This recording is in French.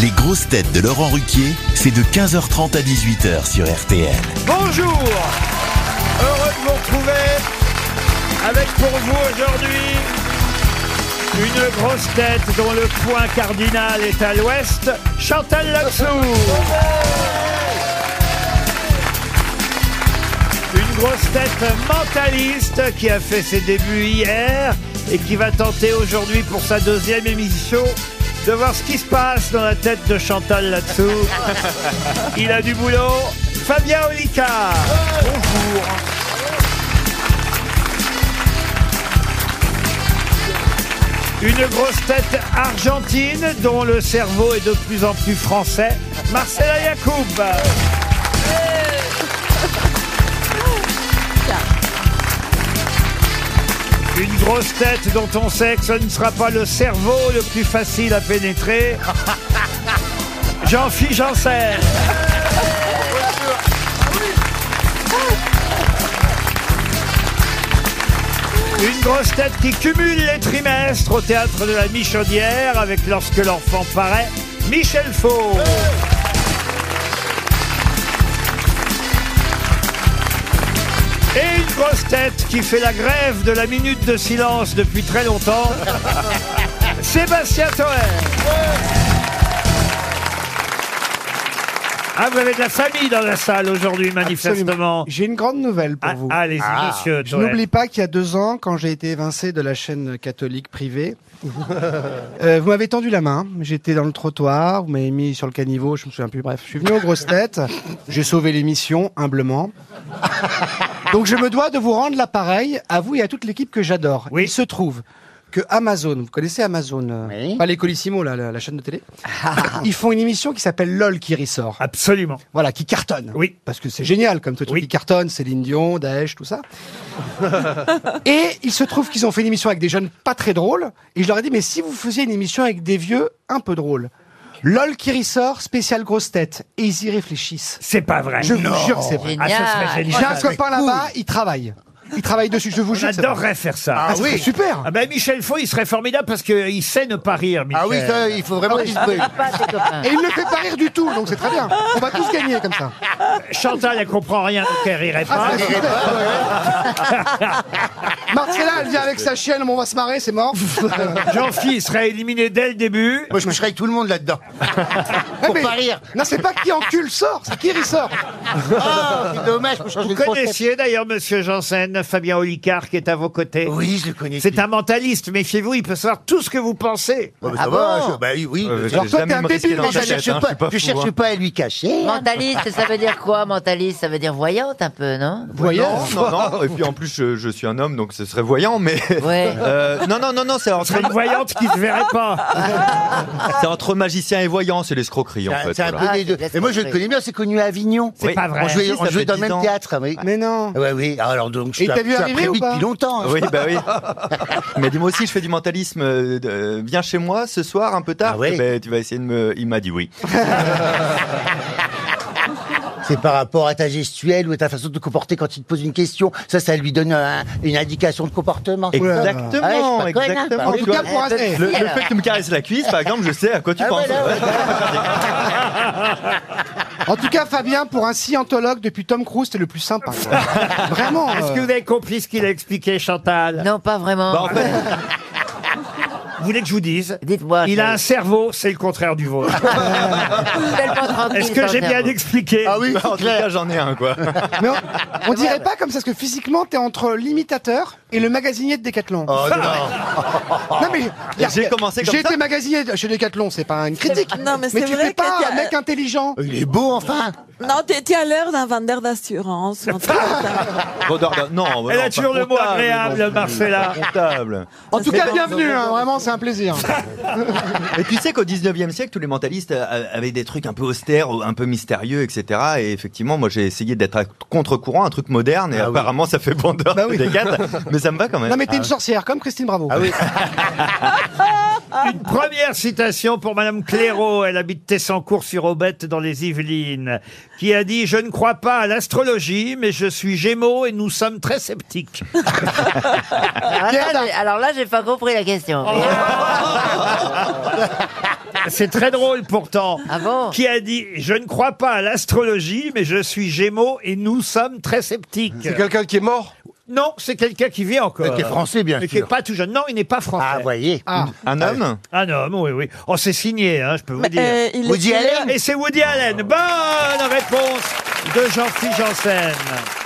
Les grosses têtes de Laurent Ruquier, c'est de 15h30 à 18h sur RTL. Bonjour Heureux de vous retrouver avec pour vous aujourd'hui une grosse tête dont le point cardinal est à l'ouest, Chantal Latsou. Une grosse tête mentaliste qui a fait ses débuts hier et qui va tenter aujourd'hui pour sa deuxième émission de voir ce qui se passe dans la tête de Chantal Latsou. Il a du boulot. Fabien Olicard. Bonjour. Une grosse tête argentine dont le cerveau est de plus en plus français, Marcela Yacoub. Une grosse tête dont on sait que ce ne sera pas le cerveau le plus facile à pénétrer, Jean-Philippe Janssen. Une grosse tête qui cumule les trimestres au théâtre de la Michaudière avec Lorsque l'enfant paraît, Michel Faux. Et une grosse tête qui fait la grève de la minute de silence depuis très longtemps, Sébastien Toer. Ah, vous avez de la famille dans la salle aujourd'hui, manifestement. Absolument. J'ai une grande nouvelle pour Ah, vous. Allez-y, monsieur Je Toen. n'oublie pas qu'il y a deux ans, quand j'ai été évincé de la chaîne catholique privée, euh, vous m'avez tendu la main. J'étais dans le trottoir, vous m'avez mis sur le caniveau, je me souviens plus. Bref, je suis venu aux grosses têtes, j'ai sauvé l'émission humblement. Donc je me dois de vous rendre l'appareil à vous et à toute l'équipe que j'adore. Oui. Il se trouve que Amazon, vous connaissez Amazon, euh, pas les Colissimo, là, la, la chaîne de télé, ils font une émission qui s'appelle LOL qui Ah ressort Absolument. voilà, qui cartonne. Oui. Parce que c'est génial comme tout truc Oui. qui cartonne, Céline Dion, Daesh, tout ça. et il se trouve qu'ils ont fait une émission avec des jeunes pas très drôles. Et je leur ai dit, mais si vous faisiez une émission avec des vieux un peu drôles, LOL qui ressort, spécial grosse tête. Et ils y réfléchissent. C'est pas vrai. Je vous jure que c'est vrai. Ah, ce serait J'ai un génial. copain là-bas, il travaille. Il travaille dessus, je vous jure. que c'est vrai. J'adorerais faire ça. Ah, oui. super. Ah ben Michel Faux, il serait formidable parce qu'il sait ne pas rire, Michel. Ah oui, ça, il faut vraiment qu'il se brûle. Et il ne fait pas rire du tout, donc c'est très bien. On va tous gagner comme ça. Chantal, elle comprend rien, donc elle rirait Ah, pas. c'est super. Marcella, elle vient avec sa chienne, mais on va se marrer, c'est mort. Jean-Philippe serait éliminé dès le début. Moi, je coucherai avec tout le monde là-dedans. Pour mais- pas rire. Non, c'est pas qui encule sort, c'est qui ressort. Ah, c'est dommage, faut changer Vous de concept. connaissiez d'ailleurs Monsieur Janssen, Fabien Olicard qui est à vos côtés. Oui, je le connais. C'est un mentaliste, méfiez-vous, il peut savoir tout ce que vous pensez. Oh, mais ça va, je- bah oui, oui. Euh, Alors j'ai toi, jamais t'es un me risqué débile, dans mais ta je tête, cherche hein, je suis pas, je fou, hein. cherche pas à lui cacher. Mentaliste, ça veut dire quoi Mentaliste, ça veut dire voyante un peu, non Voyant. Non, non, et puis en plus, je, je suis un homme, donc ce serait voyant, mais. Ouais. Euh, non, non, non, non, c'est C'est entre, une voyante qui ne verrait pas. c'est entre magicien et voyant, c'est l'escroquerie, en fait. C'est un voilà. peu Ah, des deux. c'est de Et moi, je le l'esprit. connais bien, c'est connu à Avignon. C'est Oui. pas On vrai. jouait, si, on ça jouait fait dans le 10 même ans. théâtre, oui. Mais non. Ouais, oui. Ah, Alors donc, je Et suis un- t'as vu je suis un arriver prébite ou pas depuis longtemps. hein. Oui, bah oui. Mais dis-moi aussi, je fais du mentalisme. euh, euh, viens chez moi ce soir, un peu tard. Ah ouais. Ben, tu vas essayer de me. Il m'a dit oui. C'est par rapport à ta gestuelle ou à ta façon de te comporter quand il te pose une question. Ça, ça lui donne un- une indication de comportement. Exactement, Ah ouais, je suis pas connard, exactement. bah oui. Tu vois, Regarde pour un- eh, le, le fait que tu me caresses la cuisse, par exemple, je sais à quoi tu Ah, penses. voilà, ouais. En tout cas, Fabien, pour un scientologue depuis Tom Cruise, t'es le plus sympa. quoi. Vraiment. euh, Est-ce que vous avez compris ce qu'il a expliqué, Chantal Non, pas vraiment. Bah, en fait, Vous voulez que je vous dise Dites-moi. Il a un cerveau, c'est le contraire du vôtre. tellement tranquille. Est-ce que ton j'ai bien cerveau. expliqué Ah oui, bah, en c'est tout clair. cas, j'en ai un, quoi. mais on, on dirait pas comme ça, parce que physiquement, t'es entre l'imitateur et le magasinier de Decathlon. Oh non. Non mais regarde, J'ai commencé comme J'ai ça. été magasinier de- chez Decathlon, c'est pas une critique. Non, mais c'est tu vrai fais pas que t'es- un mec intelligent. Il est beau, enfin. Non, t'es t'es à l'heure d'un vendeur d'assurance. en tout cas. Bon, d'ordre- non, Elle non, a toujours pas le mot comptable, agréable, bon, Marcella. Comptable. En tout cas, bon. bienvenue. hein, vraiment, c'est un plaisir. Et tu sais qu'au 19e siècle, tous les mentalistes euh, avaient des trucs un peu austères, ou un peu mystérieux, etc. Et effectivement, moi, j'ai essayé d'être à contre-courant, un truc moderne, et Ah oui. apparemment, ça fait vendeur Bah oui. des gars, mais ça me va quand même. Non mais t'es une sorcière, comme Christine Bravo. Ah oui. Une première citation pour Madame Clairaut. Elle habite Tessancourt sur Aubette dans les Yvelines. qui a dit Je ne crois pas à l'astrologie, mais je suis gémeaux et nous sommes très sceptiques. Alors là, j'ai- Ah Alors là, j'ai pas compris la question. Oh. C'est très drôle pourtant. Ah bon Qui a dit Je ne crois pas à l'astrologie, mais je suis gémeaux et nous sommes très sceptiques. C'est quelqu'un qui est mort Non, c'est quelqu'un qui vit encore. Mais qui est français, bien Mais qui n'est sûr. pas tout jeune. Non, il n'est pas français. Ah, voyez. Un homme Un homme, oui, oui. Oh, c'est signé, hein, je peux vous dire. Euh, il Woody il Allen Et c'est Woody Allen. Bonne réponse de Jean-Philippe Janssen.